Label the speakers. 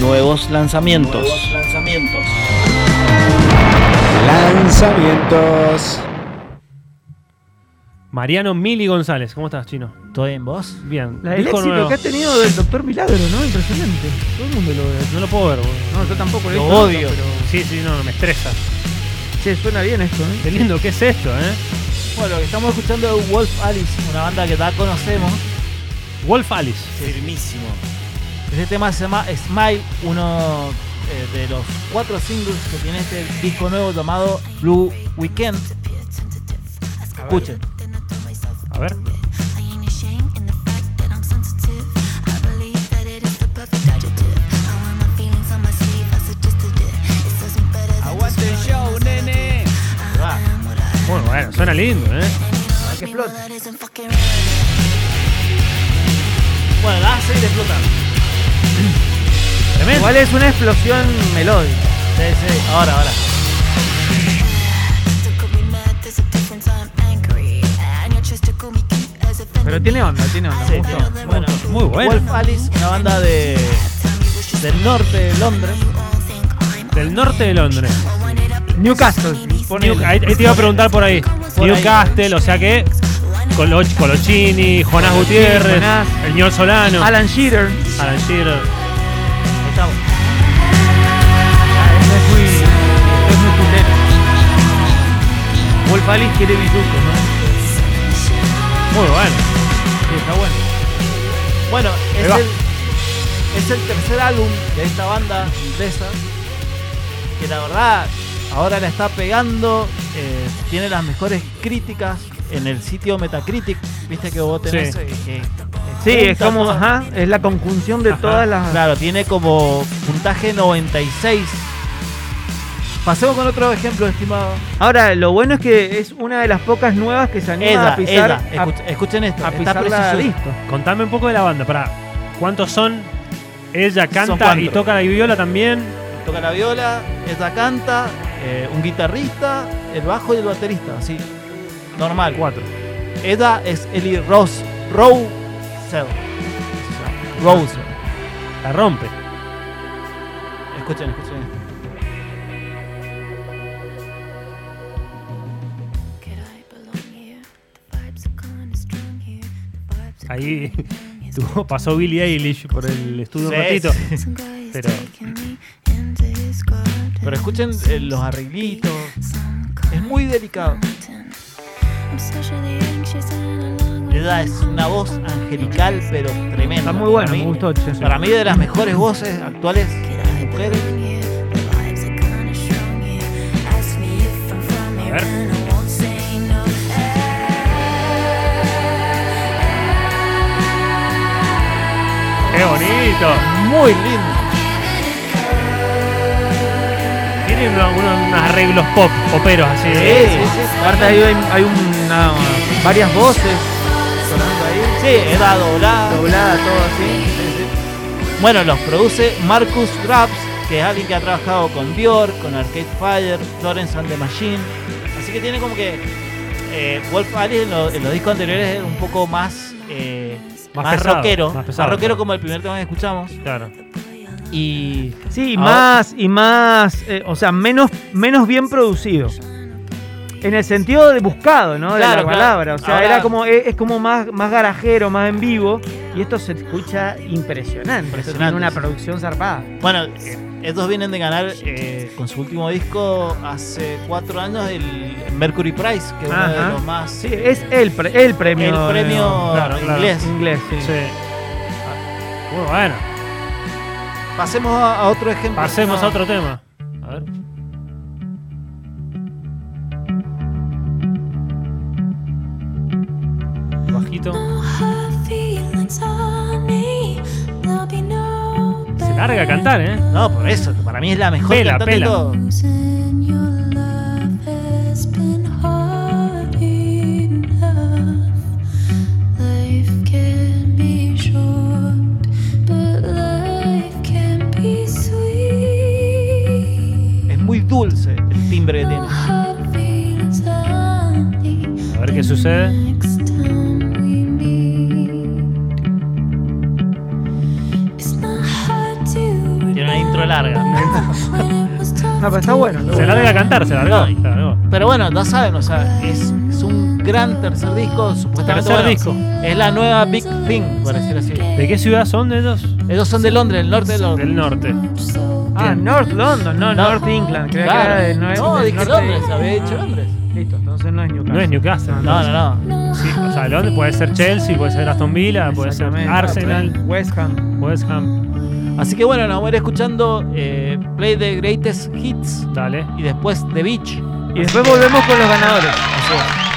Speaker 1: Nuevos lanzamientos.
Speaker 2: Nuevos lanzamientos.
Speaker 3: Lanzamientos.
Speaker 4: Mariano Mili González, ¿cómo estás, chino?
Speaker 1: ¿Todo bien vos?
Speaker 4: Bien.
Speaker 5: La, el
Speaker 4: Disco
Speaker 5: éxito
Speaker 4: nuevo.
Speaker 5: que ha tenido del Doctor Milagro, ¿no? Impresionante. Todo el mundo lo ve.
Speaker 4: No lo puedo ver, boludo.
Speaker 5: No, yo tampoco lo he
Speaker 4: Lo
Speaker 5: visto nunca,
Speaker 4: odio.
Speaker 5: pero-
Speaker 4: Sí, sí, no, no, me estresa.
Speaker 5: Che, suena bien esto, ¿eh?
Speaker 4: Qué lindo, ¿qué es esto, eh?
Speaker 1: Bueno, lo que estamos escuchando es Wolf Alice, una banda que ya conocemos.
Speaker 4: Wolf Alice.
Speaker 1: Firmísimo. Este tema se llama Smile, uno eh, de los cuatro singles que tiene este disco nuevo llamado Blue Weekend. Escuchen.
Speaker 4: A ver.
Speaker 6: Aguante el show, nene.
Speaker 1: Va.
Speaker 4: Bueno, bueno, suena lindo, eh.
Speaker 6: Que flote.
Speaker 1: Bueno, la vas a seguir explotando.
Speaker 4: Tremendo.
Speaker 5: Igual es una explosión melódica.
Speaker 1: Sí, sí, ahora, ahora.
Speaker 5: Pero tiene onda, tiene onda.
Speaker 1: Sí,
Speaker 5: me gustó.
Speaker 1: no, bueno.
Speaker 4: Muy bueno.
Speaker 1: Wolf Alice, una banda de, del norte de Londres.
Speaker 4: Del norte de Londres.
Speaker 5: Newcastle.
Speaker 1: Ponele.
Speaker 4: New- ahí, ahí te iba a preguntar por ahí.
Speaker 1: ahí.
Speaker 4: Newcastle, o sea que. Colo- Colochini, Jonás Gutiérrez,
Speaker 5: Jonás.
Speaker 4: el ñor Solano, Alan,
Speaker 5: Alan Shearer.
Speaker 4: Shearer.
Speaker 1: Ahí estamos.
Speaker 5: Ah, Es muy. Es muy putero. Wolf Alice quiere bitucos, ¿no?
Speaker 4: Muy bueno.
Speaker 5: Sí, está bueno.
Speaker 1: Bueno, es
Speaker 4: va.
Speaker 1: el, es el tercer álbum de esta banda inglesa. Que la verdad, ahora la está pegando. eh, tiene las mejores críticas en el sitio Metacritic. Viste que vos tenés.
Speaker 4: Sí.
Speaker 1: eh, que-
Speaker 5: Sí,
Speaker 1: que
Speaker 5: es
Speaker 1: junta
Speaker 5: como,
Speaker 1: todas-
Speaker 5: ajá, es la conjunción de
Speaker 4: Ajá,
Speaker 5: todas las.
Speaker 1: Claro, tiene como puntaje 96. Pasemos con otro ejemplo, estimado.
Speaker 5: Ahora, lo bueno es que es una de las pocas nuevas que se anima
Speaker 1: Eda,
Speaker 5: a pisar.
Speaker 1: Eda,
Speaker 5: a-
Speaker 1: escuch- escuchen esto.
Speaker 5: a
Speaker 1: está
Speaker 5: pisar la
Speaker 1: precioso.
Speaker 5: disco.
Speaker 4: Contame un poco de la banda, pará. ¿Cuántos son? Ella canta
Speaker 1: cuatro.
Speaker 4: y toca la viola también.
Speaker 1: Toca la viola, ella canta, eh, un guitarrista, el bajo y el baterista, así. Normal.
Speaker 4: Cuatro.
Speaker 1: Ella es Eli Rose. Rose. Rose.
Speaker 4: La rompe.
Speaker 1: Escuchen, escuchen. esto.
Speaker 4: Ahí tuvo- pasó Billie Eilish por el estudio un
Speaker 1: Sí,
Speaker 4: ratito.
Speaker 1: sí.
Speaker 4: Pero-
Speaker 1: Pero escuchen eh, los arreglitos. Es muy delicado. Ella es una voz angelical, pero tremenda.
Speaker 5: Está muy bueno,
Speaker 1: Para mí-
Speaker 5: me gustó. che.
Speaker 1: Para mí de las mejores voces actuales de mujeres.
Speaker 4: A ver. ¡Qué bonito!
Speaker 1: Muy lindo.
Speaker 4: Tiene una- una- unos arreglos pop, poperos así.
Speaker 1: Sí, sí, sí.
Speaker 5: Aparte ahí hay, hay una- varias voces sonando ahí,
Speaker 1: Sí, era doblada.
Speaker 5: doblada, todo así.
Speaker 1: Bueno, los produce Marcus Graps, que es alguien que ha trabajado con Dior, con Arcade Fire, Florence and the Machine. Así que tiene como que. eh, Wolf Alice en, lo- en los discos anteriores era un poco más. eh,
Speaker 4: Más
Speaker 1: más,
Speaker 4: pesado,
Speaker 1: rockero.
Speaker 4: más
Speaker 1: Más,
Speaker 4: pesado.
Speaker 1: rockero como el primer tema que escuchamos.
Speaker 4: Claro.
Speaker 1: Y.
Speaker 5: Sí, y
Speaker 1: Ahora-
Speaker 5: más, y más, eh, o sea, menos, menos bien producido. En el sentido de buscado, ¿no? De
Speaker 1: Claro,
Speaker 5: la
Speaker 1: claro.
Speaker 5: palabra. O sea,
Speaker 1: Ahora-
Speaker 5: era como, eh, es, es como más, más garajero, más en vivo. Y esto se escucha impresionante. Esto tiene
Speaker 1: Impresionante,
Speaker 5: una
Speaker 1: sí.
Speaker 5: producción zarpada.
Speaker 1: Bueno, eh, estos vienen de ganar eh, con su último disco hace cuatro años el Mercury Prize, que es uno de
Speaker 5: Ajá.
Speaker 1: los más.
Speaker 5: Sí, es el, pre- el premio.
Speaker 1: el premio
Speaker 4: claro, claro.
Speaker 1: inglés.
Speaker 5: Inglés, sí.
Speaker 4: Sí. Muy bueno.
Speaker 1: Pasemos a, a otro ejemplo.
Speaker 4: Pasemos
Speaker 1: No.
Speaker 4: a otro tema. A ver. Bajito. Se larga a cantar, ¿eh?
Speaker 1: No, por eso, que para mí es la mejor
Speaker 4: Pela,
Speaker 1: cantante de
Speaker 4: pela.
Speaker 1: todo. Es muy dulce el timbre que tiene.
Speaker 4: A ver qué sucede.
Speaker 1: Tiene una larga.
Speaker 5: No, pero está bueno. está
Speaker 4: Se
Speaker 5: bueno.
Speaker 4: larga a cantar, se largó.
Speaker 1: No.
Speaker 4: se largó.
Speaker 1: Pero bueno, ya saben, o sea, es, es un gran tercer disco, supuestamente.
Speaker 4: Tercer
Speaker 1: bueno,
Speaker 4: disco.
Speaker 1: Es la nueva Big Thing, por decir así.
Speaker 4: ¿De qué ciudad son ellos?
Speaker 1: Ellos son de Londres, del norte de Londres.
Speaker 4: Del norte.
Speaker 5: Ah,
Speaker 4: Bien.
Speaker 5: North London, no,
Speaker 1: No.
Speaker 5: North England. Creía
Speaker 1: Claro.
Speaker 5: que era de nue-
Speaker 1: no,
Speaker 5: del
Speaker 1: dije
Speaker 5: norte.
Speaker 1: Londres, había dicho Londres.
Speaker 5: Listo, entonces no es Newcastle.
Speaker 4: No es Newcastle.
Speaker 1: No, no, no.
Speaker 4: Sí, o sea, Londres puede ser Chelsea, puede ser Aston Villa, puede ser
Speaker 5: Exactamente.
Speaker 4: Arsenal,
Speaker 5: West Ham.
Speaker 4: West Ham.
Speaker 1: Así que bueno, nos vamos a ir escuchando eh, Play the Greatest Hits
Speaker 4: Dale.
Speaker 1: y después The Beach.
Speaker 5: Y después volvemos con los ganadores.
Speaker 1: Así es.